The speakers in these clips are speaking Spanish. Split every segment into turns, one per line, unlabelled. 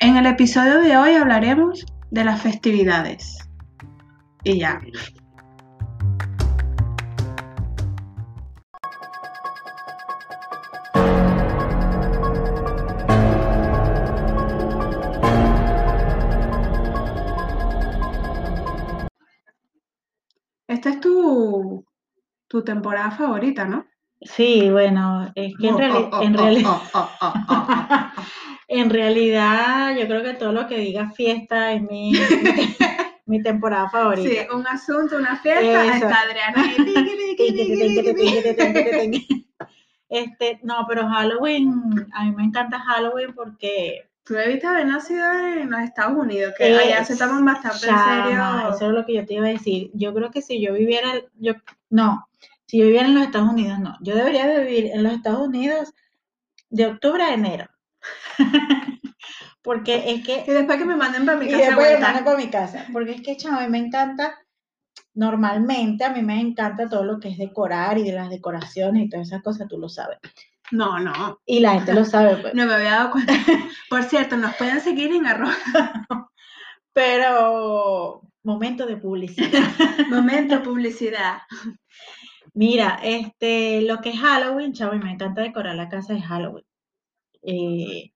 En el episodio de hoy hablaremos de las festividades. Y ya. Esta es tu, tu temporada favorita, ¿no?
Sí, bueno, es que en,
Oh,
reali-
oh, oh,
en
oh,
reali-
oh, oh, oh, oh, oh.
en realidad yo creo que todo lo que diga fiesta es mi, mi temporada
Sí,
favorita.
un asunto, una fiesta, ahí
Eso.
está Adriana. ahí, tiqui, tiqui, tiqui, tiqui, tiqui.
Este, no, pero Halloween, a mí me encanta Halloween porque
Tú debiste haber nacido en los Estados Unidos, que
Eh,
allá se toman bastante
chama,
en
eso
serio.
es lo que yo te iba a decir. Yo creo que si yo viviera, yo no, si yo viviera en los Estados Unidos, no. Yo debería vivir en los Estados Unidos de octubre a enero. Porque es que
Y después que me manden para mi
Y
casa de
después me
vuelta.
mando para mi casa. Porque es que, chama, a mí me encanta, normalmente a mí me encanta todo lo que es decorar y de las decoraciones y todas esas cosas, tú lo sabes.
No, no,
Y la gente lo sabe, pues.
no me había dado cuenta. Por cierto, nos pueden seguir en arroba.
Pero, momento de publicidad.
Momento publicidad.
Mira, este, lo que es Halloween, chama, a mí me encanta decorar la casa de Halloween. Eh,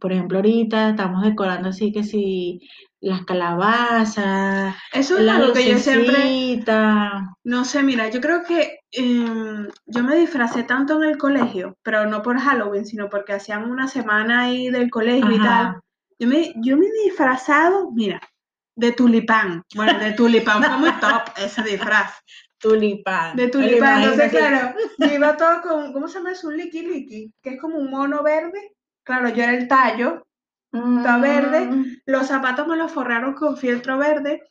por ejemplo, ahorita estamos decorando así que si las calabazas,
Eso es
las
algo que yo siempre,
lucecitas.
no sé, mira, yo creo que em, yo me disfracé tanto en el colegio, pero no por Halloween, sino porque hacían una semana ahí del colegio y tal.
Ajá.
Yo me, yo me he disfrazado, mira, de tulipán. Bueno, de tulipán fue muy top ese disfraz.
Tulipán.
De
me lo
tulipán,
imagino
entonces,
así.
claro, yo iba todo con, ¿cómo se llama eso? Un liqui liqui, que es como un mono verde. Claro, yo era el tallo, Está verde.
Mm,
los zapatos me los forraron con fieltro verde.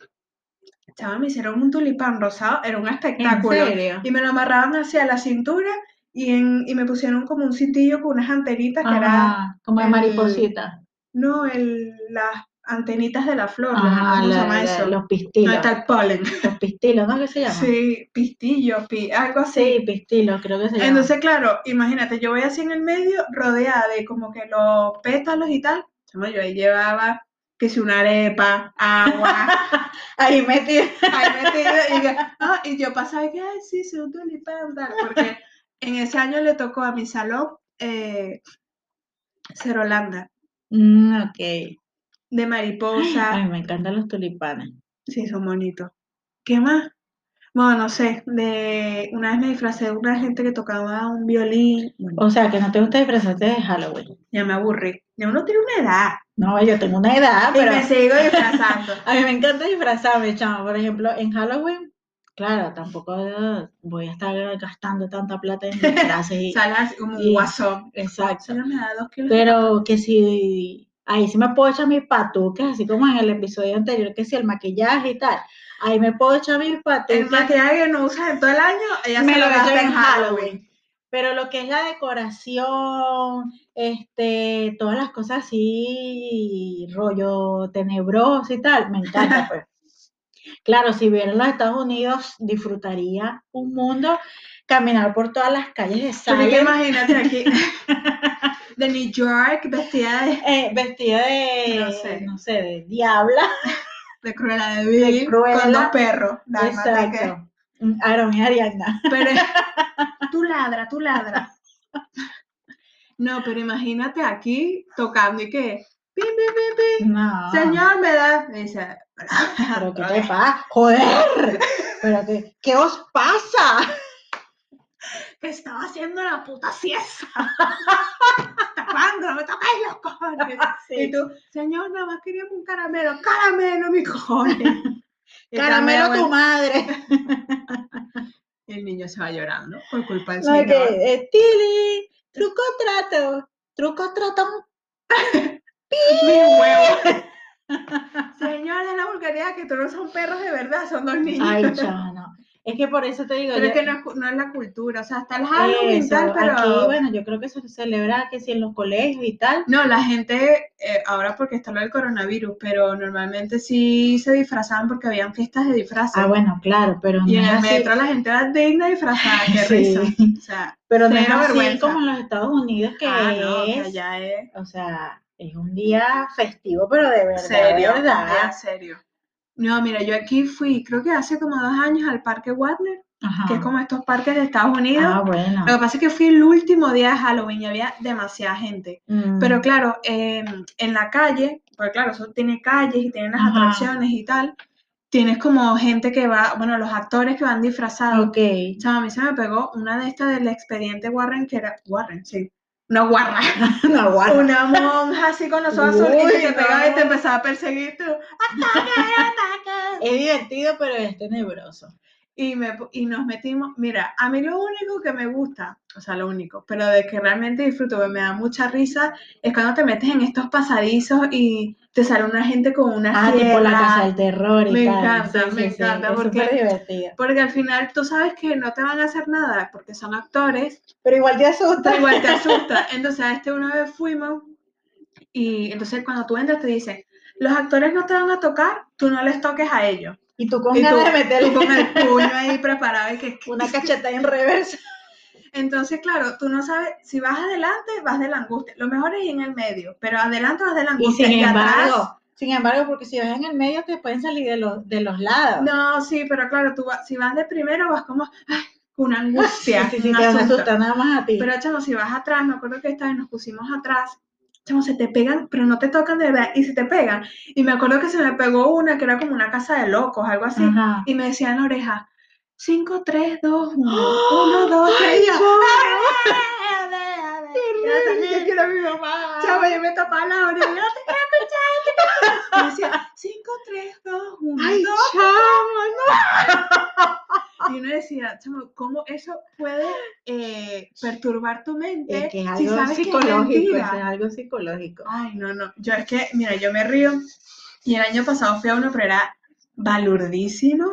Chama, me hicieron un tulipán rosado, era un
¿En
espectáculo.
serio?
Y me lo amarraban hacia la cintura y, en- y me pusieron como un cintillo con unas antenitas que era,
Ajá, como de
el-
mariposita.
no, el, las antenitas de la flor, no sé
Ajá,
¿cómo se
la-
llama
la-
eso?
los
No
pistilos.
está el polen.
Los pistilos, ¿no? ¿Qué se llama?
Sí, pistillo, pi- algo así.
Sí, pistilos, creo que se llama.
Entonces, claro, imagínate, yo voy así en el medio, rodeada de como que los pétalos y tal. Chamo, yo ahí llevaba que si una arepa, agua,
ahí metí.
ahí metido, y, yo- ah, y yo pasaba y que, ay, sí, soy un tulipán, tal, porque en ese año le tocó a mi salón eh, ser Holanda,
Mm, ok.
de mariposa,
Ay, me encantan los tulipanes.
sí, son bonitos. ¿Qué más? Bueno, no sé, de una vez me disfracé de una gente que tocaba un violín, bueno,
O sea, que no te gusta disfrazarte de Halloween.
ya me aburrí, ya uno tiene una edad.
No, yo tengo una edad,
Y
pero
me sigo disfrazando.
a mí me encanta disfrazarme, chama. Por ejemplo, en Halloween, claro, tampoco eh, voy a estar gastando tanta plata en disfraces. y-
Sale así como un
Sí.
guasón.
Exacto.
Solo me da dos kilos.
Pero que si ahí sí me puedo echar mis patucas, así como en el episodio anterior, que si el maquillaje y tal, ahí me puedo echar mis
el
patucas.
maquillaje que no usas en todo el año, ella
me
se
lo
lo
echo
gasta en
en
Halloween.
Pero lo que es la decoración, este, todas las cosas así, rollo tenebroso y tal, me encanta, pues. Claro, si viera en los Estados Unidos, disfrutaría un mundo caminar por todas las calles de
Pero es que
Salem,
imagínate aquí. De New York, vestida de,
eh, vestida de,
No sé.
no sé, de diabla.
de Cruella de Vil,
Cruella.
con dos perros. dálmata,
Exacto. Mm, Aaron y Ariadna.
que- Pero tú ladra, tú ladra. No, pero imagínate aquí tocando y que. "Pim, pim, pim, pim".
No.
Señor, me da. me dice.
¿Pero qué te pasa? ¡Joder! ¿Pero qué, qué os pasa?
que estaba haciendo la puta siesta. ¿Hasta cuándo? No me tocáis los cojones. Y tú, señor, nada más queríamos un caramelo. Caramelo, mi cojones. Y está
Caramelo
medio
tu
bueno.
madre.
Y el niño se va llorando por culpa del
No,
señor.
que, eh, Tili, truco trato. Truco trato.
Mi huevo. señor, de la vulgaridad que tú no son perros de verdad, son dos niños.
Ay, chama, no. Es que por eso te digo.
pero
yo-
es que no es, cu- no es la cultura. O sea, está el Halloween y
eso,
tal, pero.
Aquí, bueno, yo creo que eso se celebra que si en los colegios y tal.
No, la gente, eh, ahora porque está lo del coronavirus, pero normalmente sí se disfrazaban porque habían fiestas de disfraces.
Ah, bueno, claro, pero no
Y en
es
el
así.
metro la gente era digna disfrazada, qué
Sí.
risa. O sea,
Pero no es
cero
así
vergüenza.
como en los Estados Unidos que
ah, no, que
es.
allá es.
o sea, es un día festivo, pero de verdad.
Serio,
de
un día
verdad.
serio. No, mira, yo aquí fui, creo que hace como dos años al Parque Warner,
Ajá.
que es como estos parques de Estados Unidos.
Ah, bueno.
Lo que pasa es que fui el último día de Halloween y había demasiada gente.
Mm.
Pero claro, eh, en la calle, porque claro, eso tiene calles y tiene las
Ajá.
atracciones y tal, tienes como gente que va, bueno, los actores que van disfrazados.
Ok.
Chama, a mí se me pegó una de estas del expediente Warren, que era Warren, sí. Una guarra.
No, guarda.
Una monja así con los ojos azules y
Uy,
se te pegaba y
no.
te empezaba a perseguir tú. ¡Ataque, ataque!
Es divertido, pero es tenebroso.
Y, me, pu- y nos metimos, mira, a mí lo único que me gusta, o sea, lo único, pero de que realmente disfruto, que me da mucha risa, es cuando te metes en estos pasadizos y te sale una gente con una
Ah, tipo la
sierra,
casa del terror y
Me
tal.
encanta,
Sí,
me
sí, sí,
encanta,
Es
porque-
súper divertido.
Porque al final tú sabes que no te van a hacer nada porque son actores,
Pero igual te asusta.
pero igual te asusta. Entonces, a este una vez fuimos y entonces cuando tú entras te dicen, los actores no te van a tocar, tú no les toques a ellos.
Y tú con
Y tú,
ganas de meterle
tú con el puño ahí preparado y que...
una cachetada en reversa.
Entonces, claro, tú no sabes si vas adelante, vas de la angustia. Lo mejor es ir en el medio, pero adelante vas de la
Y
angustia.
sin
atrás-
embargo, sin embargo, porque si vas en el medio te pueden salir de los, de los lados.
no, sí, pero claro, tú vas- si vas de primero vas como ay, con una angustia.
sí, sí, sí,
un
te vas a
asusto.
asustar nada más a ti.
Pero chamo, si vas atrás, me acuerdo que esta vez nos pusimos atrás. Chamo, se te pegan, pero no te tocan de verdad. Y se te pegan. Y me acuerdo que se me pegó una que era como una casa de locos, algo así.
Ajá.
Y me decían oreja, 5, 3, 2, 1, 1,
¡Oh!
2,
¡Ay,
3.
chamo!
Yo quiero a mi mamá. Chavo, yo me tapaba la oreja. Yo no te quiero escuchar. Y decía, 5, 3, 2, 1,
Ay,
2.
chamo,
Y uno decía, chamo, ¿cómo eso puede eh, perturbar tu
no.
mente
Es que es
si
algo
sabes que es
psicológico,
mentira?
eso es algo psicológico.
Ay, no, no. Yo es que, mira, yo me río. Y el año pasado fui a uno, pero era balurdísimo.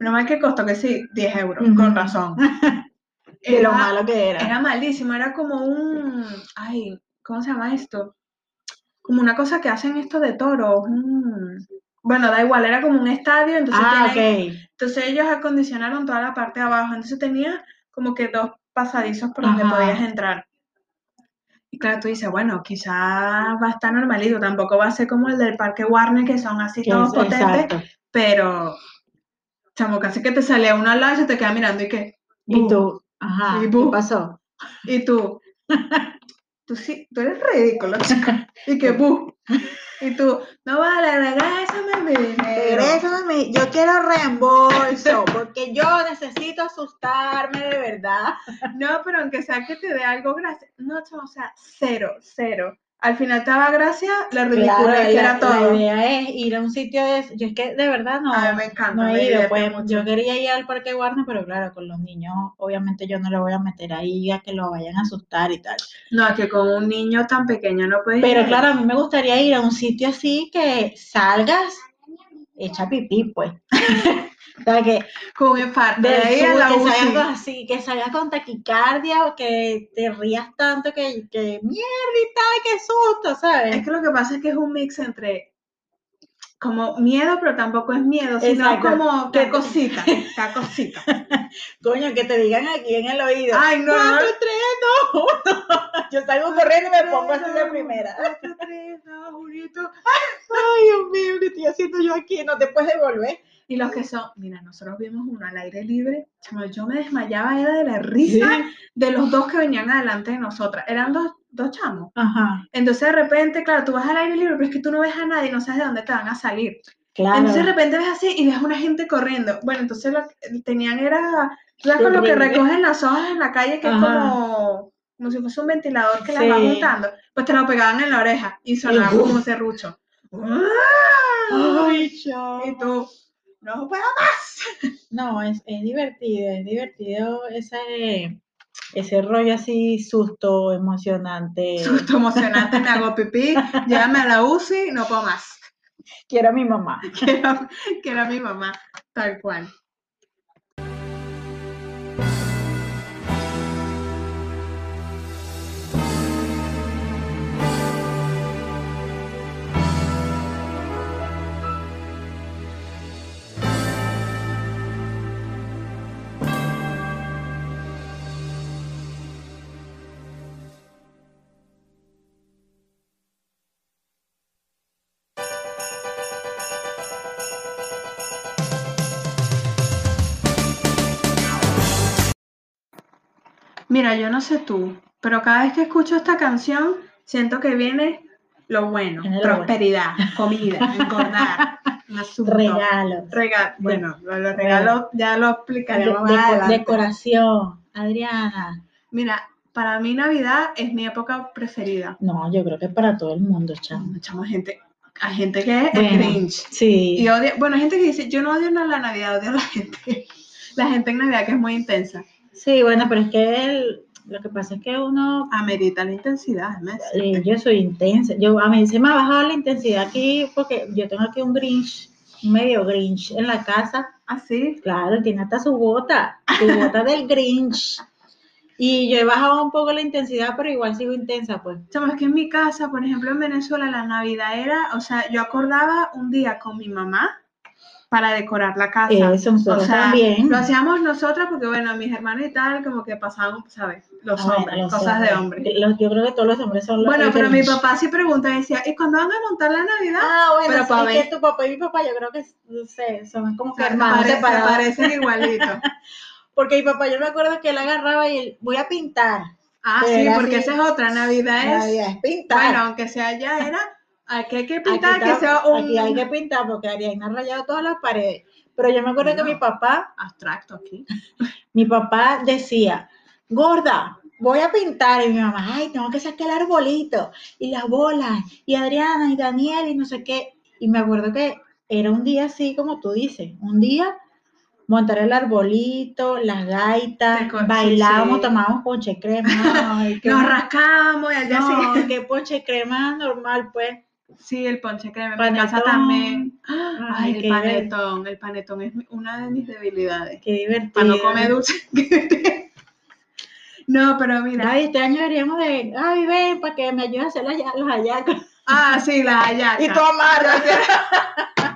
No más que costó que sí, 10 euros,
Ujú.
con razón.
De lo
Era-
malo que era.
Era malísimo, era como un. Ay, ¿cómo se llama esto? Como una cosa que hacen esto de toros. un- Bueno, da igual, era como un estadio, entonces,
ah,
tienen-
ok.
entonces ellos acondicionaron toda la parte de abajo, entonces tenía como que dos pasadizos por donde
Ajá.
podías entrar. Y claro, tú dices, bueno, quizás va a estar normalito, tampoco va a ser como el del Parque Warner, que son así
Que
todos
es-
potentes,
exacto.
pero, chamo, casi que te salía una live y se te queda mirando y que,
Y tú, ajá,
Y
¿qué
bu.
pasó?
Y tú, tú sí, tú eres ridículo, chica. Y que bu. Y tú, no vale, regrésame mi dinero.
Regrésame, yo quiero reembolso, porque yo necesito asustarme de verdad.
No, pero aunque sea que te dé algo gracia. No, chamo, o sea, cero, cero. Al final te daba gracia la ridícula
Claro,
que
la,
era
la
todo.
idea es ir a un sitio de... Yo es que de verdad no,
A mí me encanta,
no
me
he ido.
divierte
Pues,
mucho.
yo quería ir al Parque Warner, pero claro, con los niños obviamente yo no le voy a meter ahí a que lo vayan a asustar y tal.
No, es que con un niño tan pequeño no puedes
Pero
ir.
claro, a mí me gustaría ir a un sitio así que salgas hecha pipí, pues. o sea, que
Con un infarto.
del
De ahí a
sur,
la
que
UCI.
salgas con- así, que salgas con taquicardia o que te rías tanto que, que mierda y tal, qué susto,
Es
¿sabes?
que lo que pasa es que es un mix entre como miedo, pero tampoco es miedo, sino
Exacto.
como
Que-
qué cosita, qué cosita.
Coño, que te digan aquí en el oído.
Ay, no, no.
Cuatro, tres, dos, uno. Yo salgo corriendo y me pongo así de
Tres,
primera.
cuatro, tres, dos, unito.
Ay, Dios mío, ¿qué estoy haciendo yo aquí? No te puedes devolver.
Y los que son, mira, nosotros vimos uno al aire libre, chamo, yo me desmayaba, era de la risa de los dos que venían adelante de nosotras, eran dos, dos chamos.
Ajá.
Entonces de repente, claro, tú vas al aire libre, pero es que tú no ves a nadie, no sabes de dónde te van a salir.
Claro.
Entonces de repente ves así y ves una gente corriendo. Bueno, entonces lo que tenían era, tú sabes con lo que
Horrible.
recogen las hojas en la calle, que
Ajá.
es como, como si fuese un ventilador que las va
Sí.
juntando, pues te lo pegaban en la oreja y sonaba
¡Uf!
como serrucho.
Ay, chao.
Y tú, no pues, puedo
No, es, es divertido, es divertido ese, ese rollo así susto, emocionante.
Susto emocionante, me hago pipí, llévame a la UCI, no puedo más.
Quiero a mi mamá.
Quiero, quiero a mi mamá, tal cual. Mira, yo no sé tú, pero cada vez que escucho esta canción, siento que viene lo bueno,
Viene lo
prosperidad, comida, engordar, un asunto,
Regalos.
rega- bueno, lo, lo regalo ya lo
de-
explicaremos
de-
más adelante.
decoración. Adriana.
Mira, para mí Navidad es mi época preferida.
No, yo creo que para todo el mundo, chamo.
Echamos gente, a gente que es
Bueno.
cringe.
Sí.
Y odia, bueno, hay gente que dice, yo no odio la Navidad, odio a la gente. La gente en Navidad que es muy intensa.
Sí, bueno, pero es que el- lo que pasa es que uno
Amerita la intensidad, déjame decirte.
Eh, yo soy intensa. Yo, a mí se me ha bajado la intensidad aquí porque yo tengo aquí un Grinch, un medio Grinch en la casa.
Así.
Claro, tiene hasta su bota, su bota del Grinch. Y yo he bajado un poco la intensidad, pero igual sigo intensa, pues.
Chamo, es que en mi casa, por ejemplo, en Venezuela, la Navidad era, o sea, yo acordaba un día con mi mamá para decorar la casa.
Eso, nosotros
o sea,
también.
Lo hacíamos nosotras porque, bueno, mis hermanos y tal, como que pasaban, ¿sabes? Los
Ah, bueno,
hombres,
los
cosas de hombres.
Los- yo creo que todos los hombres son los
Bueno,
el
pero mi
Grinch.
papá sí preguntaba y decía, ¿y cuándo van a montar la Navidad?
Ah, bueno,
Pero
sí,
pa'
es
ver.
que tu papá y mi papá, yo creo que, no sé, son como
O
que
sea,
hermanos
pare- se
separados.
parecen igualitos.
Porque mi papá, yo me acuerdo que él agarraba y él, voy a pintar.
Ah,
Pero
sí,
era
porque
así.
esa es otra. Navidad es.
Navidad es pintar.
Bueno, aunque sea ya era. Aquí hay que
Aquí
pintar que
está-
sea un
aquí hay que pintar porque Ariana ha rayado todas las paredes. Pero yo me acuerdo
No.
que mi papá,
abstracto aquí.
mi papá decía, gorda, voy a pintar. Y mi mamá, ay, tengo que sacar el arbolito y las bolas y Adriana y Daniel y no sé qué. Y me acuerdo que era un día así como tú dices, un día montar el arbolito, las gaitas,
Deco- sí,
bailábamos,
sí.
tomábamos ponche crema. Ay, qué
Nos rascamos y al día
no,
siguiente.
qué ponche crema normal, pues.
Sí, el ponche crema. En mi
Panetón.
casa también. Ay,
qué Mm.
el panetón. El panetón es mi- una de mis debilidades.
Qué divertido.
Cuando come dulce. no, pero mira.
Ay, este año deberíamos de, ay, ven, para que me ayudes a hacer las, ya- las hallacas.
Ah, sí, la hallaca.
amarras.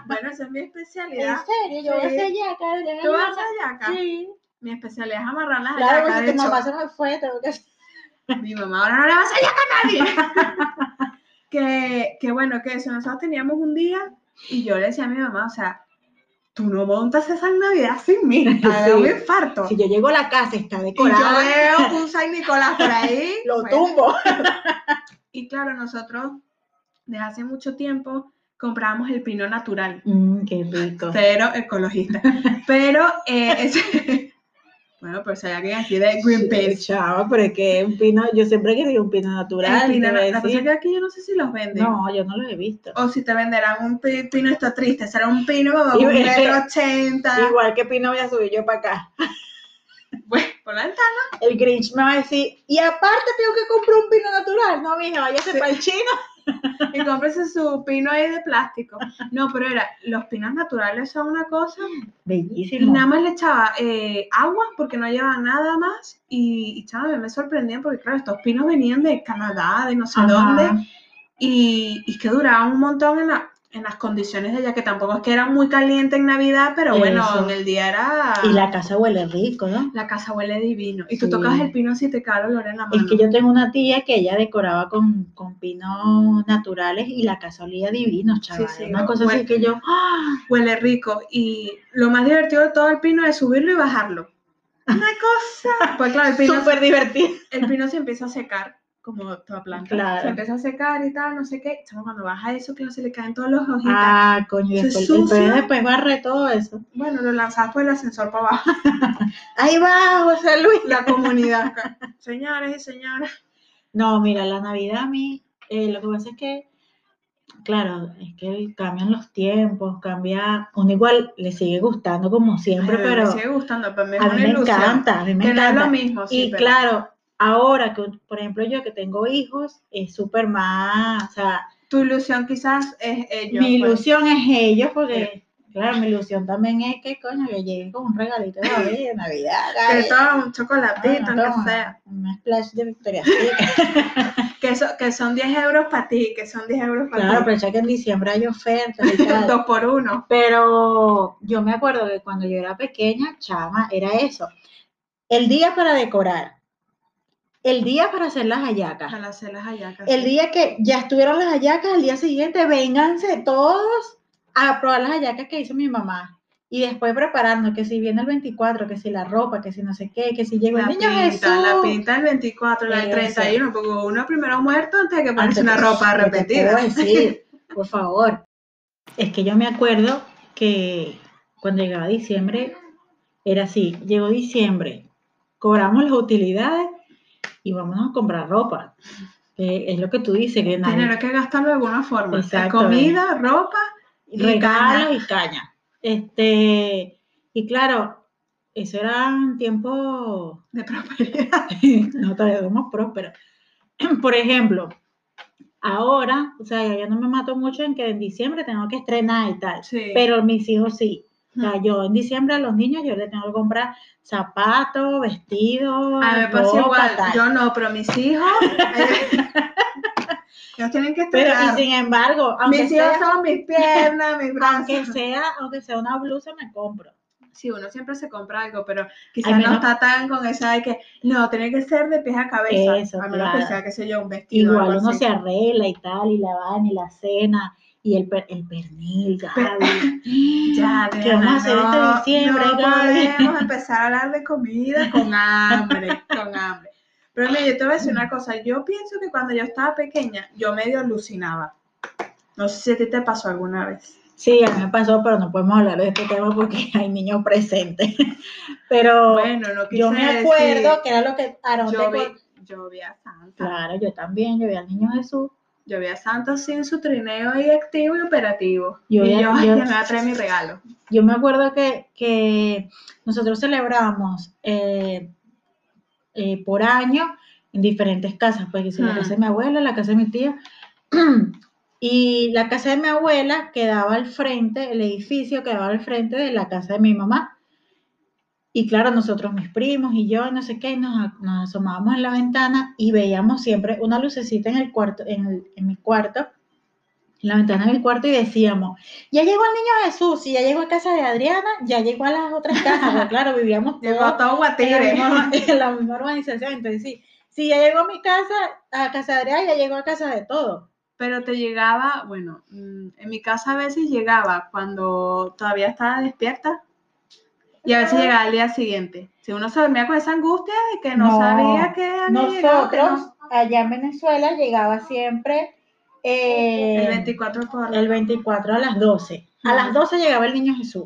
Bueno, esa es mi
¿En
especialidad.
serio? Yo voy a
Sí.
hacer hallacas. de
¿Tú vas
verdad.
a hallaca?
Sí.
Mi especialidad es amarrar las
Claro,
hallacas.
porque
de
tu mamá
hecho.
se me fue, tengo que hacer.
Mi mamá ahora no le va a hacer ya a nadie. que, que bueno, que eso, nosotros teníamos un día y yo le decía a mi mamá, o sea, tú no montas esa Navidad sin mí, me da un
Sí.
infarto.
Si yo llego a la casa, está
Y yo
decorada.
veo un San Nicolás por ahí.
lo
bueno.
tumbo.
Y claro, nosotros desde hace mucho tiempo compramos el pino natural,
Mmm, qué rico.
cero ecologista. Pero, eh, ese- bueno, pero si hay alguien aquí de Greenpeace,
Chava, pero es que un pino, yo siempre quería un pino natural.
el pino,
te voy a
na- la cosa
decir.
es que aquí yo no sé si los venden.
no, yo no los he visto.
O si te venderán un pi- pino está triste, será un pino como
Y
un
ve-
metro ochenta.
Igual que pino voy a subir yo para acá.
Bueno, por la ventana.
El Grinch me va a decir, y aparte tengo que comprar un pino natural. No, mija, váyase
Sí.
para el chino.
Y cómprese su pino ahí de plástico. No, pero era, los pinos naturales son una cosa. Y
Bellísimo.
nada más le echaba eh, agua porque no llevaban nada más. Y, y chaval, me sorprendían porque, claro, estos pinos venían de Canadá, de no sé
Ajá.
dónde. Y, y que duraban un montón en, la- en las condiciones de allá, que tampoco es que era muy caliente en Navidad, pero bueno,
Eso.
en el día era.
Y la casa huele rico, ¿no?
La casa huele divino. Y tú
Sí.
tocas el pino si te cae el olor en la mano.
Es que yo tengo una tía que ella decoraba con, con pinos naturales y la casa olía divino, chaval.
sí,
una cosa así
bueno.
que yo, ¡ah!
Huele rico. Y lo más divertido de todo el pino es subirlo y bajarlo. Una cosa. Pues claro, el pino,
súper divertido.
el pino se empieza a secar, como toda planta.
Claro.
Se empieza a secar y tal, no sé qué. Chamo, cuando baja eso, claro, se le caen todos los hojitas.
Ah, coño, y
Se
después, el
sucia.
perro después barre todo eso.
Bueno, lo lanzas por el ascensor para abajo.
Ahí va, José Luis.
La comunidad. Señores y señoras.
No, mira, la Navidad a mí, eh, lo que pasa es que, claro, es que cambian los tiempos, cambia, uno igual le sigue gustando como siempre,
Ay,
pero
eh, me sigue gustando, pero me, es
a mí
una
me
ilusión.
encanta, a mí me
Que no es
encanta.
lo mismo. sí,
y
pero-
claro, ahora que, por ejemplo, yo que tengo hijos, es súper más, o sea,
Tu ilusión quizás es ellos.
mi
pues.
ilusión es ellos, porque, claro, mi ilusión también es que, coño, que lleguen con un regalito de Navidad, de Navidad,
Que
dale.
todo un
Bueno,
chocolatito, aunque
toma,
sea.
Un splash de Victoria. Secret.
Que, so- que son 10 euros para ti, que son 10 euros para
claro,
ti.
pero ya que en diciembre hay ofertas y tal.
Dos por uno.
Pero yo me acuerdo que cuando yo era pequeña, chama, era eso. El día para decorar, el día para hacer las hallacas,
Ojalá se las hallacas.
el día que ya estuvieron las hallacas, al día siguiente, vénganse todos a probar las hallacas que hizo mi mamá. y después prepararnos, que si viene el 24, que si la ropa, que si no sé qué, que si llegó el
La
niño
pinta,
Jesús.
la pinta del 24, la del
Eso.
31, porque uno primero muerto antes de que
Antes
ponerse una
que-
ropa
que te puedo
repetida.
decir, por favor. Es que yo me acuerdo que cuando llegaba diciembre era así, llegó diciembre, cobramos las utilidades y vámonos a comprar ropa. que es lo que tú dices, que nadie-
Dinero que gastarlo de alguna forma.
Exacto.
Comida, ropa y caña.
regalos y caña. Este, y claro, eso era un tiempo,
de propiedad.
no todavía somos prósperos. Por ejemplo, ahora, o sea, yo no me mato mucho en que en diciembre tengo que estrenar y tal,
Sí.
pero mis hijos sí. O sea,
Ujú.
yo en diciembre a los niños yo les tengo que comprar zapatos, vestidos,
A mí Ah, me pasa
ropa,
igual.
tal.
Yo no, pero mis hijos. ellos- ellos tienen que
pero y
estrenar.
sin embargo, aunque
Mis hijos
sea,
son mis piernas, mis
aunque
brazos.
sea, aunque sea una blusa me compro.
Sí, uno siempre se compra algo, pero
Al
quizás no
menos-
está tan con esa de que no, tiene que ser de pies a cabeza.
Eso,
a menos que
claro.
sea, qué sé yo, un vestido. o
Igual
algo
uno
así.
se arregla y tal, y la van, y la cena, y el, per- el pernil, Gaby.
Ya,
¿Qué vamos a hacer
no,
este diciembre,
no
Gaby?
podemos empezar a hablar de comida con hambre, con hambre. Pero mira, yo te voy a decir una cosa. Yo pienso que cuando yo estaba pequeña, yo medio alucinaba. No sé si a ti te pasó alguna vez.
Sí, a mí me pasó, pero no podemos hablar de este tema porque hay niños presentes. Pero
Bueno, no quise
yo me
decir-
acuerdo que era lo que Aarón te
Yo vi,
cont-
yo vi a Santa.
Claro, yo también, yo vi al niño Jesús.
Yo vi a Santa sin su trineo ahí activo y operativo.
Yo
y
vi a-
yo, ay,
yo-
ya me va a traer mi regalo.
Yo me acuerdo que, que nosotros celebrábamos eh, eh, por año en diferentes casas, pues que si la
Hmm.
casa de mi abuela, la casa de mi tía. Y la casa de mi abuela quedaba al frente, el edificio quedaba al frente de la casa de mi mamá. Y claro, nosotros, mis primos y yo, no sé qué, y nos, a- nos asomábamos en la ventana y veíamos siempre una lucecita en el cuarto, en, el- en mi cuarto, en la ventana de mi cuarto y decíamos, ya llegó el niño Jesús, y ya llegó a casa de Adriana, ya llegó a las otras casas, porque claro, vivíamos todos
Llegó todo
en la,
guatire.
misma, en la misma urbanización. Entonces, sí, sí, ya llegó a mi casa, a casa de Adrián, ya llegó a casa de todo.
Pero te llegaba, bueno, mm, en mi casa a veces llegaba cuando todavía estaba despierta y a
Ah.
veces llegaba al día siguiente. Si uno se dormía con esa angustia de que no,
No,
sabía que había llegado, que no.
Nosotros, allá en Venezuela, llegaba siempre eh,
el 24 por
el 24 a las 12. A
Ujú.
las 12 llegaba el niño Jesús.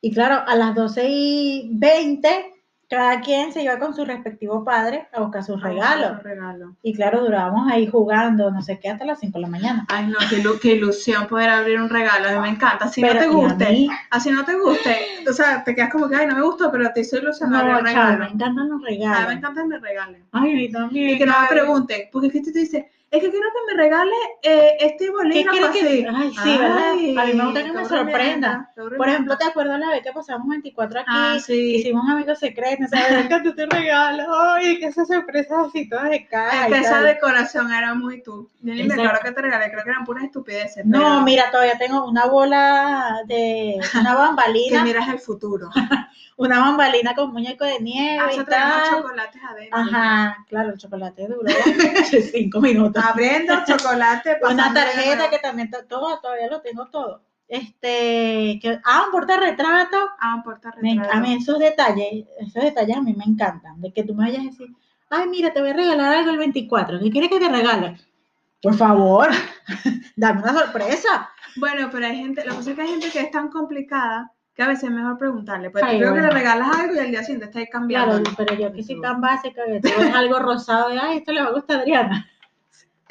Y claro, a las 12 y 20, cada quien se iba con su respectivo padre a buscar sus regalos.
Un regalo.
Y claro, durábamos ahí jugando, no sé qué, hasta las 5 de la mañana.
Ay, no, qué, ilu- qué ilusión poder abrir un regalo. A mí me encanta. Así no
Pero-
te
y a
guste,
mí-
así no te guste. O sea, te quedas como que, ay, no me gustó, pero te hizo ilusión
No,
abrir un
chao,
regalo.
me encantan los
A mí me
regalos.
encanta que me regalen.
Ay, a mí también.
Y que no me
Gaby.
pregunten, porque es que tú te dices, es que quiero que me regale eh, este
¿Qué
bolígrafo
quieres
así.
que- Ay, sí, ¿verdad? A mí me gusta que
Ay,
me
qué
sorprenda.
horrenda, qué
Por
horrenda.
ejemplo, ¿te acuerdas la vez que pasamos 24 aquí?
ah,
Que
sí.
Hicimos un amigo secreto, ¿sabes? Que tú te regalas, ay, que esas sorpresas así todas de cara.
Es
y
que Este, esa
tal.
decoración era muy tú. Yo ni me
Exacto.
acuerdo que te regalé, creo que eran puras estupideces.
No,
pero
mira, todavía tengo una bola de una
Que
bambalina,
miras el futuro. Ah,
una bambalina con muñeco de nieve
Hace
y tal.
chocolates adentro.
Ajá, claro, el chocolate duró cinco minutos.
Abriendo chocolate,
una
pasando de
tarjeta
nuevo.
que también to- todo, todavía lo tengo todo. Este, que, ah, un portarretrato.
Ah, un portarretrato.
Me enc- a mí esos detalles, esos detalles a mí me encantan, de que tú me vayas a decir, ay, mira, te voy a regalar algo el 24, ¿qué quieres que te regale? Por favor, dame una sorpresa.
Bueno, pero hay gente, lo que pasa es que hay gente que es tan complicada que a veces es mejor preguntarle. Pues
Ay,
creo que
bueno.
le regalas algo y al día siguiente está ahí cambiando.
Claro, pero yo que soy
Eso.
tan básica, que tú ves algo rosado, y, ay, esto le va a gustar a Adriana.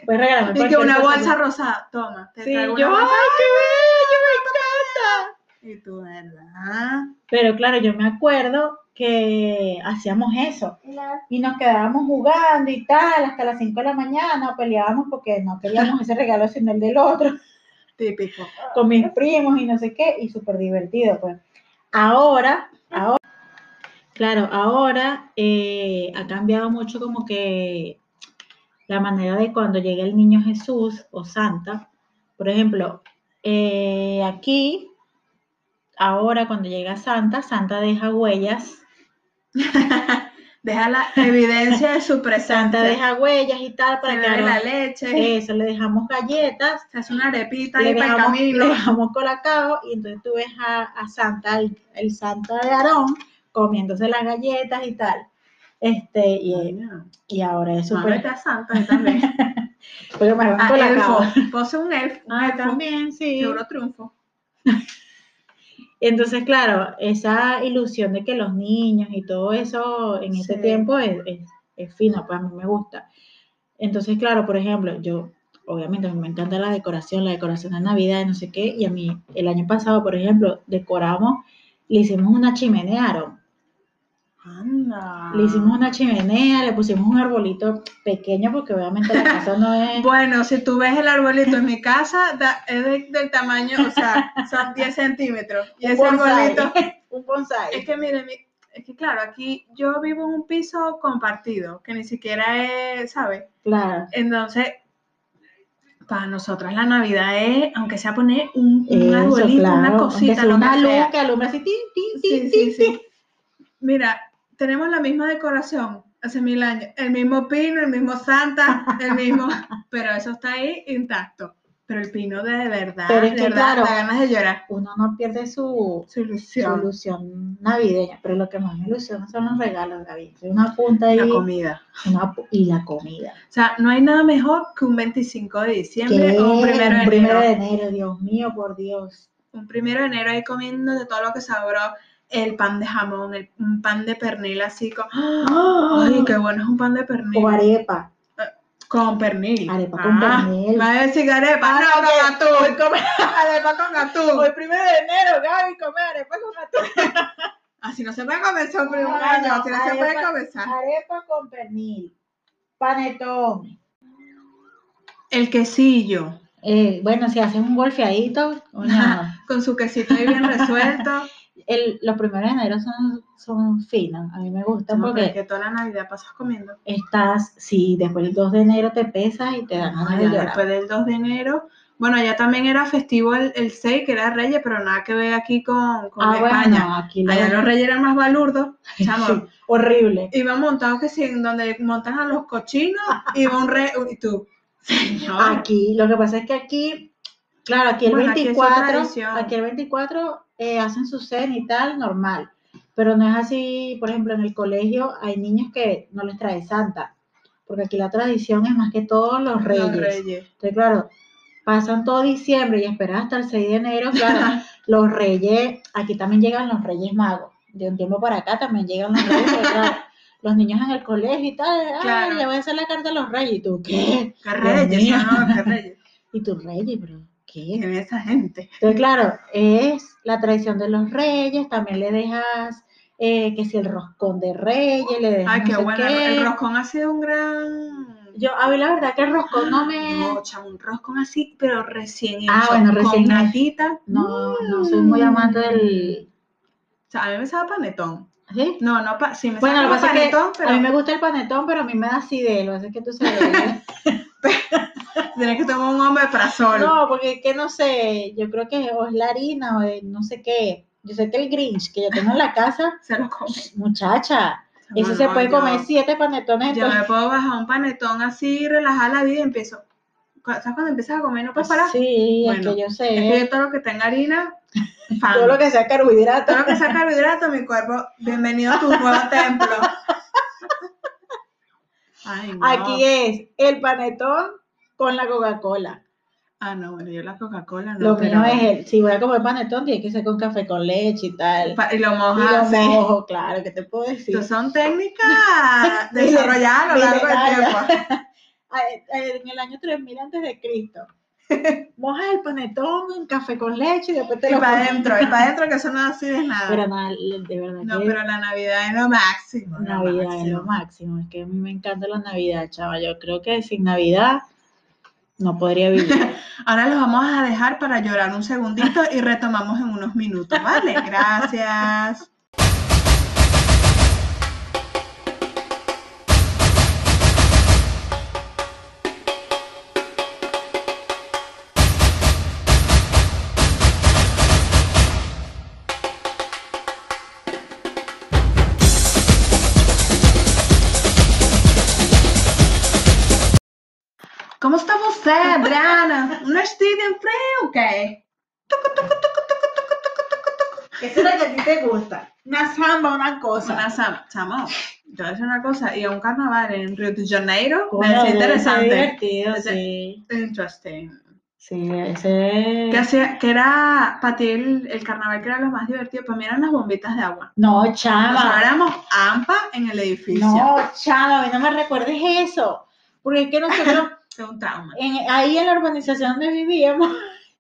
Pues regálame.
Y que
cualquier
una
cosa.
bolsa rosada, toma, te
Sí,
traigo una
yo,
bolsa.
ay, qué bello, me encanta.
Y tú, ¿verdad?
Pero claro, yo me acuerdo que hacíamos eso. Y nos quedábamos jugando y tal, hasta las 5 de la mañana, peleábamos porque no queríamos ese regalo sino el del otro,
Típico.
con mis primos y no sé qué, y súper divertido, pues. Ahora, ahora, claro, ahora eh, ha cambiado mucho como que la manera de cuando llega el niño Jesús o Santa. Por ejemplo, eh, aquí, ahora cuando llega Santa, Santa deja huellas
Deja la evidencia de su
Santa
presencia.
deja huellas y tal para
Se
que
bebe
haga-
la leche,
eso, le dejamos galletas,
se hace una arepita
le
ahí para el
dejamos, le
camino.
dejamos colacao y entonces tú ves a, a Santa, el, el Santa de Aarón, comiéndose las galletas y tal. Este, y,
Coño,
y ahora es súper...
Mámete a Santa ahí también.
Pero mejor
A
con la
Ah, elfo.
cava.
Pose un elfo. un
Ah,
elfo,
también, sí.
Seguro triunfo.
Entonces, claro, esa ilusión de que los niños y todo eso en ese
Sí.
tiempo es, es, es fino, pues a mí me gusta. Entonces, claro, por ejemplo, yo, obviamente, a mí me encanta la decoración, la decoración de Navidad y no sé qué, y a mí, el año pasado, por ejemplo, decoramos, le hicimos una chimenea, Aarón.
Anda.
Le hicimos una chimenea, le pusimos un arbolito pequeño, porque obviamente la casa no es...
Bueno, si tú ves el arbolito en mi casa, da- es de- del tamaño, o sea, son 10 centímetros. Y ese arbolito.
un bonsai.
Es que miren, mi- es que claro, aquí yo vivo en un piso compartido, que ni siquiera es, ¿sabes?
Claro.
Entonces, para nosotras la Navidad es, aunque sea poner un, un
Eso,
arbolito, una
claro, aunque
cosita,
sea
lo
una
que
luz
sea.
que alumbra así, tin, tin,
Sí,
tin, tin,
sí, sí. Mira, tenemos la misma decoración hace mil años. El mismo pino, el mismo santa, el mismo. Pero eso está ahí intacto. Pero el pino de verdad,
Pero es
de
que,
verdad,
claro.
da ganas de llorar.
uno no pierde su,
Su
su
ilusión.
ilusión navideña, pero lo que más me ilusiona son los regalos, Gaby. Soy Una punta ahí,
La comida.
una pu- y la comida.
O sea, no hay nada mejor que un 25 de diciembre
¿Qué?
o un primero de
Un primero
enero.
de enero, Dios mío, por Dios.
un primero de enero ahí comiendo de todo lo que sabró el pan de jamón, el, un pan de pernil así con... ¡Ay, qué bueno es un pan de pernil!
¡Ah! O arepa.
Con pernil. Ah,
Arepa con pernil.
Va a decir arepa, no,
Ay,
con atún.
Hoy come-
Arepa con atún.
hoy primero de enero, Gaby, come arepa con atún.
Así no se puede comenzar un primer
Ay,
año,
no,
así no se puede
arepa.
comenzar.
Arepa con pernil. Panetón.
El quesillo,
Eh, bueno, si hacen un golfeadito, coño,
con su quesito ahí bien resuelto.
el- los primeros de enero son, son finos. A mí me gustan
No, pero
porque
es que toda la Navidad pasas comiendo.
estás, sí, después del 2 de enero te pesas y te dan
No,
ganas de
ya
llorar.
después del 2 de enero. Bueno, ya también era festivo el, el 6, que era Reyes, pero nada que ver aquí con, con
ah,
España.
bueno, aquí lo-
Allá los reyes eran más balurdos,
Sí,
chamo.
horrible.
Iban montados que sí, en donde montan a los cochinos, iba un rey, y tú, señor.
Aquí, lo que pasa es que aquí, claro, aquí el
Ah. Bueno, aquí es su
24, aquí,
tradición.
el 24 eh, hacen su cena y tal, normal. Pero no es así, por ejemplo, en el colegio hay niños que no les trae santa, porque aquí la tradición es más que todos los reyes.
Los reyes.
Entonces, claro, pasan todo diciembre y esperan hasta el 6 de enero, claro, los reyes, aquí también llegan los reyes magos. De un tiempo para acá también llegan los reyes, porque, claro, los niños en el colegio y tal, ay,
Claro.
le voy a hacer la carta a los reyes. ¿Y tú qué?
¿Qué reyes?
mío.
No, qué reyes.
¿Y tus reyes, pero qué?
Tiene esa gente.
Entonces, claro, es la tradición de los reyes, también le dejas eh, que si el roscón de reyes, le dejas
Ay,
no
qué
sé
bueno. el-
qué.
El roscón ha sido un gran.
Yo, a mí la verdad que el roscón no me...
No, chamo, un roscón así, pero recién hecho.
Ah, bueno, recién
Con natita.
No, no soy muy amante del...
O sea, a mí me sabe panetón.
¿Sí?
No, no, pa... sí me
Bueno,
sabe
lo que pasa es que
panetón, pero
a mí me gusta el panetón, pero a mí me da acidez, lo que pasa es que tú sabes.
tienes que tomar un hombre para sol.
no, porque es que no sé, yo creo que o es la harina o es no sé qué. Yo sé que el Grinch que yo tengo en la casa,
Se los come.
muchacha, eso
No,
se
no,
puede
yo-
comer siete panetones.
Yo
entonces-
me puedo bajar un panetón así, relajar la vida y empiezo. cu- ¿Sabes cuando empiezas a comer y no puedes parar?
Sí,
pues, Bueno,
es que yo
Es que
sé.
yo todo lo que tenga harina, fan.
Todo lo que sea carbohidrato.
Todo lo que sea carbohidrato, mi cuerpo, bienvenido a tu nuevo templo. Ay, no.
Aquí es el panetón con la Coca-Cola.
Ah, no, bueno, yo la Coca-Cola no.
Lo mío
pero-
es el, si voy a comer panetón, tiene que ser con café con leche y tal.
Pa- Y lo
Y
mojas.
lo
así.
mojo, claro, ¿qué te puedo decir?
Entonces, son técnicas
Milen-
desarrolladas a lo largo del
milenarias.
tiempo.
a- e, a- en el año 3000 antes de Cristo. Mojas el panetón en café con leche y después te
Y
lo
para
comes.
adentro, y para adentro, que eso no es así de nada.
Pero nada, le- de verdad
no,
que
pero la Navidad es lo máximo. lo
Navidad es
máximo.
lo máximo. Es que a mí me encanta la Navidad, chava. Yo creo que sin Navidad no podría vivir.
Ahora los vamos a dejar para llorar un segundito y retomamos en unos minutos, ¿vale? Gracias. ¿Cómo está usted, Briana? ¿No estoy de frío o qué? Tucu, tucu, tucu, tucu, tucu, tucu, tucu, tucu.
Esa es la que a ti te gusta.
Una samba, una cosa.
Una
samba. Chamo, yo voy a decir una cosa. Y a un carnaval en Río de Janeiro me
Coño,
parece
debe ser
interesante.
divertido,
Ese-
sí.
Interesting.
Sí, debe ser.
Que, hacía, que era, para ti el, el carnaval que era lo más divertido, para mí eran las bombitas de agua.
No,
Nosotros
chama.
éramos AMPA en el edificio.
Ah, No, chama, a mí no me recuerdes eso. Porque es que nosotros,
Fue un trauma.
en- ahí en la urbanización donde vivíamos,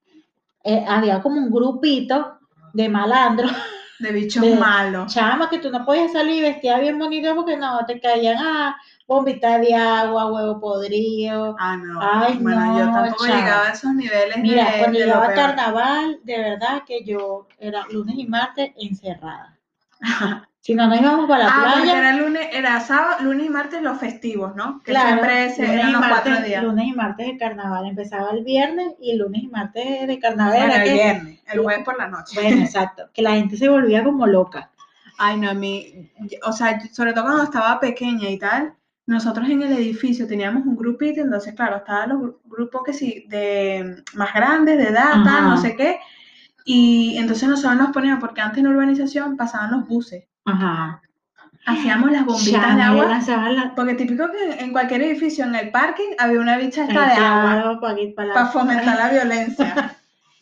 eh, había como un grupito de malandros.
De bichos
De-
malos.
Chama, que tú no podías salir vestida bien bonito porque no, te caían a bombita de agua, huevo podrido.
Ah, no.
Ay,
bueno, yo
no,
tampoco
chao.
llegaba a esos niveles
Mira,
de,
cuando
de lo
llegaba
peor.
carnaval, de verdad que yo era lunes y martes encerrada. Si no, nos íbamos para la
Ah, porque
playa.
era lunes, era sábado, lunes y martes los festivos, ¿no? Que
claro,
siempre se-
lunes
eran
y
los cuatro
martes-
días.
Lunes y martes de carnaval. Empezaba el viernes y lunes y martes de carnaval.
Bueno,
era
el
que-
viernes, el jueves por la noche.
bueno, exacto. Que la gente se volvía como loca.
Ay, no, a mí, o sea, yo- sobre todo cuando estaba pequeña y tal, nosotros en el edificio teníamos un grupito, entonces, claro, estaban los gru- grupos que sí, de más grandes, de edad, tal,
Ajá.
no sé qué, y entonces nosotros nos poníamos, porque antes en urbanización pasaban los buses,
Ajá.
hacíamos las bombitas de
Chama, yo
agua,
lanzaba la-
porque típico que en cualquier edificio, en el parking, había una bicha esta de agua.
Claro, pa' que- pa' la-
para fomentar la violencia.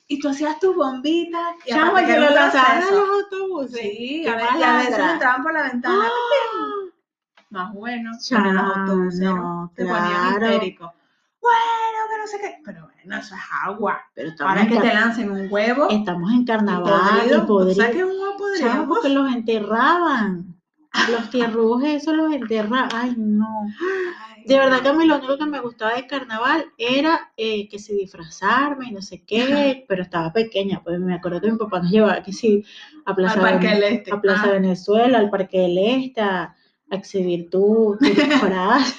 Y tú hacías tus bombitas. y
Chama,
aparte que
yo
era
lo
un
lanzaba en
proceso.
los autobuses.
Sí,
Qué
a, ve- y a veces
malandra.
entraban por la ventana.
Ah.
Más bueno,
Chama,
ponían los autobuses.
no,
Te ponían
claro.
histérico. Bueno, que no sé qué. Pero bueno, eso es agua.
Pero estamos
Ahora
en
que
car-
te lancen un huevo. y
Estamos en carnaval y
podrido,
podrido.
¿Sabes qué es un huevo podrido?
Chamo, porque los enterraban. Los tierrujos, eso los enterraban. Ay, no.
Ay,
De verdad que a mí lo único que me gustaba de carnaval era eh, que si disfrazarme y no sé qué, pero estaba pequeña, pues me acuerdo que mi papá nos llevaba que si a Plaza,
Al Parque
Vene-
del Este.
a Plaza
Ah,
Venezuela, al Parque del Este, a exhibir tu, tu disfraz.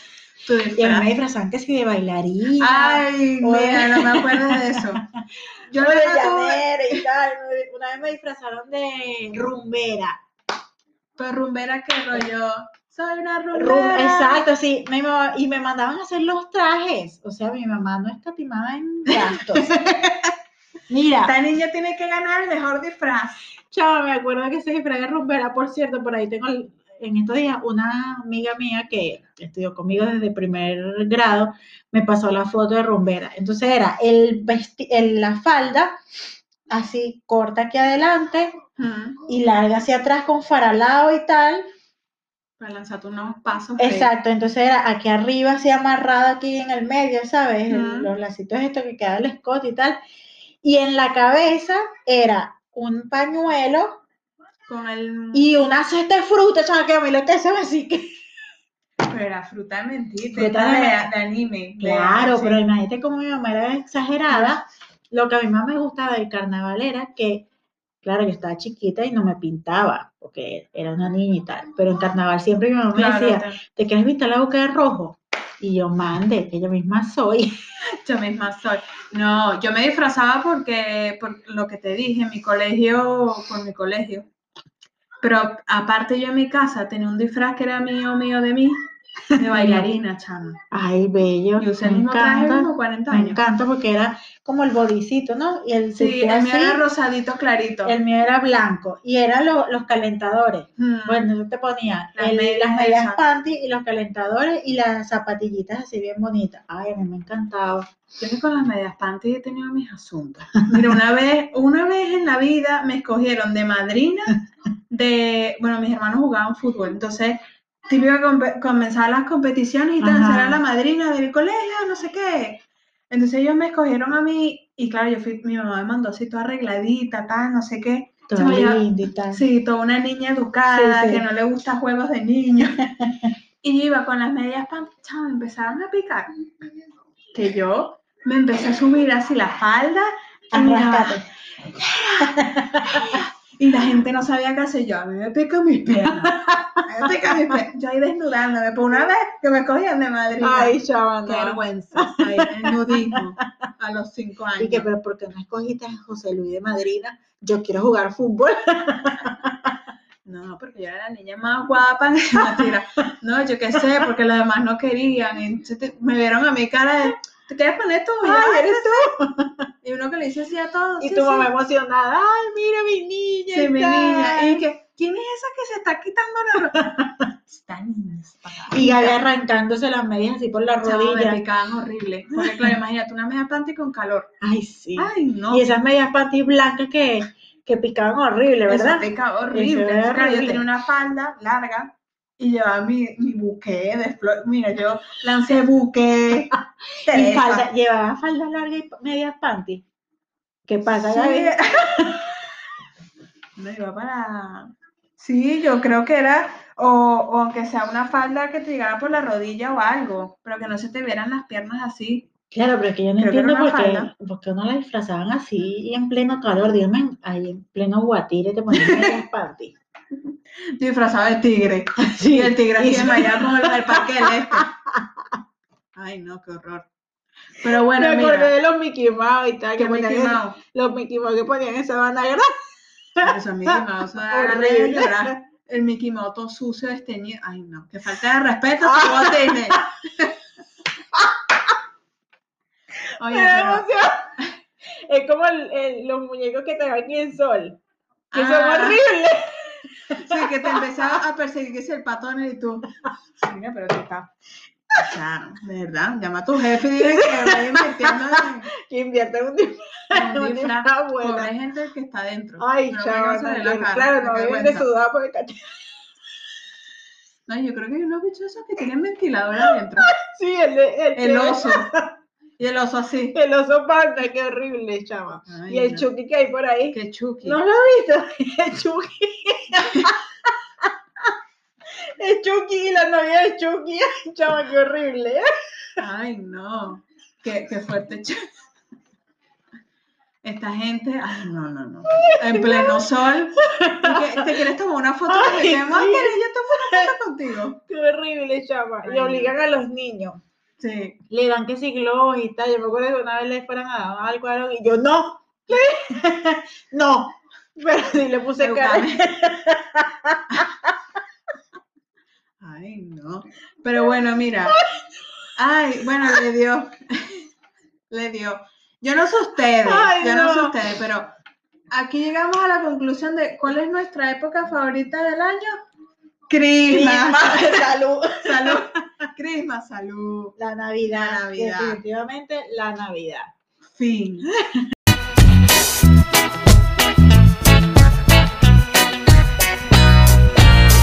tu
y a mí
disfraz.
me disfrazaban que si de bailarina.
Ay,
Oye.
mira, no me acuerdo de eso. Yo
Yo de
no tuve-
llanero y tal. me- Una vez me disfrazaron de rumbera.
Pero pues, rumbera que rollo. Soy una rumbera.
Rum- exacto, sí. me- me- y me mandaban a hacer los trajes. O sea, mi mamá no escatimaba en gastos. Mira,
Esta niña tiene que ganar el mejor disfraz.
chava, me acuerdo que se disfrazé de rumbera. Por cierto, por ahí tengo el- en estos días una amiga mía que estudió conmigo desde primer grado. Me pasó la foto de rumbera. Entonces era el vesti- el- la falda así corta aquí adelante, y larga hacia atrás con faralado y tal.
Para lanzarte unos pasos.
Exacto, entonces era aquí arriba, así amarrado aquí en el medio, ¿sabes? El-
Ujú.
Los lacitos estos que queda el escote y tal. Y en la cabeza era un pañuelo
fake, Con el.
y una cesta de fruta, chaval, que a mí lo que se me así que...
Pero era fruta de mentira.
Fruta de-
de, de anime. de-
Claro,
sí.
pero imagínate como mi mamá era exagerada. Lo que a mí más me gustaba del carnaval era que, claro, yo estaba chiquita y no me pintaba, porque era una niña y tal. Pero en carnaval siempre mi mamá me
Claro,
decía,
te-
¿te quieres pintar la boca de rojo? Y yo, mande, que yo misma soy.
yo misma soy. No, yo me disfrazaba porque, por lo que te dije, mi colegio, por mi colegio. Pero aparte yo en mi casa tenía un disfraz que era mío, mío de mí, de bailarina, chama.
Ay, bello.
Y usé
Me
el mismo traje
encanta,
como 40
me
años.
encanta porque era como el bodicito, ¿no? Y el
Sí,
surtido
el mío
así,
era rosadito clarito.
el mío era blanco. Y eran lo- los calentadores.
Mm.
Bueno, yo te ponía
Las
el-
medias
las medias
esas.
panty y los calentadores y las zapatillitas así bien bonitas. Ay, a mí me encantaba.
Yo ni con las medias panties he tenido mis asuntos. Mira, una vez, una vez en la vida me escogieron de madrina, de, bueno, mis hermanos jugaban fútbol, entonces, típico que compe- comenzaban las competiciones y tal,
Ajá.
era la madrina del colegio, no sé qué. Entonces ellos me escogieron a mí, y claro, yo fui, mi mamá me mandó así toda arregladita, tal, no sé qué.
Todo
me lleva-
lindo y tal.
Sí, toda una niña educada,
Sí, sí.
que no le gusta juegos de niños. y yo iba con las medias panties, chamo, empezaron a picar. Que yo me empecé a subir así la falda y, miraba,
Arrascate.
y la gente no sabía qué hacer. Yo, a mí me pican mis piernas. a mí me pican mis piernas. Yo ahí desnudándome. Por una vez que me cogían de Madrid. qué
chaval.
vergüenza. Ay, el nudismo a los cinco años.
Y que, pero ¿por qué no escogiste a José Luis de Madrina? Yo quiero jugar fútbol.
No, porque yo era la niña más guapa de la tira. No, yo qué sé, porque los demás no querían. Entonces te- me vieron a mi cara de, "Te- Ustedes ponen tú, y yo,
Ay,
"Ay,
eres
Y uno que le dice así a todos.
Y
sí,
tu
sí,
mamá emocionada. Ay, mira mi niña.
Sí,
y
mi niña.
tal".
Y que, ¿quién es esa que se está quitando la ropa? Esta niña está
Y Gaby arrancándose las medias así por la
Chavo, me
rodilla.
picaban horrible. Porque, claro, imagínate, una media planta y con calor.
Ay, sí.
Ay, no.
Y esas medias patis blancas que, que picaban horrible,
Eso
¿verdad?
picaba horrible.
Eso era
Entonces, claro, yo
horrible.
tenía una falda larga y llevaba mi, mi buque de flores. Mira, yo lancé buque.
Y
Teresa.
falda, llevaba falda larga y pa- medias panties. ¿Qué pasa, Gaby?
Sí. No iba para. Sí, yo creo que era, o, o aunque sea una falda que te llegara por la rodilla o algo, pero que no se te vieran las piernas así.
Claro, pero es que yo no
Creo que era
entiendo
una
por qué,
falda.
por qué uno la disfrazaban así y en pleno calor. Dígame, ahí en pleno guatire te ponían medias panties.
Disfrazado de tigre.
Sí,
Y el tigre así
y-
desmayado como el del parque del este. Ay, no, qué horror. Pero bueno,
Me acordé
mira,
de los Mickey Mouse Ah, y tal.
que
que ponían
Mickey
esa-
Mouse.
Los Mickey Mouse que ponían esa banda grande.
Eso, Mickey Mouse. era grande de
Horrible.
llorar. El Mickey Mouse todo sucio, desteñido. Ay, no, qué falta de respeto
Ah.
se va a tener. Oye,
Me da
pero-
emoción. Es como el- el- los muñecos que te dan en el sol. Que son
Ah.
horribles.
Sí, que te empezaba a perseguir que es el patón y tú. Mira, pero tú estás. O sea, de verdad, llama a tu jefe y dile que vaya invirtiendo en-
Que invierten un Ah, dinero.
en un
en
disfraz.
una
Pobre
buena.
gente que está adentro.
Ay,
No vengan
chaval.
sobre la cara,
Claro,
qué
no viven de
vergüenza.
sudado porque cach-
No, yo creo que hay unos bichos esos que tienen ventilador adentro.
Sí, el, de- el,
El
que-
oso. Y el oso así.
El oso panda, qué horrible, chama.
Ay,
Y el
no.
Chucky que hay por ahí.
Qué chuki.
¿No lo has visto? El Chucky. El Chucky y la novia de Chucky. Ay, chama, qué horrible.
Ay, no. Qué, qué fuerte. ch- Esta gente, ay, no, no, no. En pleno sol. y que, ¿Te quieres tomar una foto con
Ay,
el tema?
sí.
¿Quieres yo tomo una foto contigo?
Qué horrible, chama.
Ay,
Y
no.
obligan a los niños.
Sí.
le dan que si globos y tal. Yo me acuerdo que una vez le fueron a dar al cuadro y yo no. no. Pero sí le puse cara.
Educame. Ay, no. Pero bueno, mira. Ay, bueno, le dio. Le dio. Yo no sé ustedes,
Ay,
yo no. sé
no.
ustedes, pero aquí llegamos a la conclusión de cuál es nuestra época favorita del año. Crisma.
Salud.
Salud. Crisma, salud.
La Navidad,
La Navidad.
Definitivamente la Navidad.
Fin.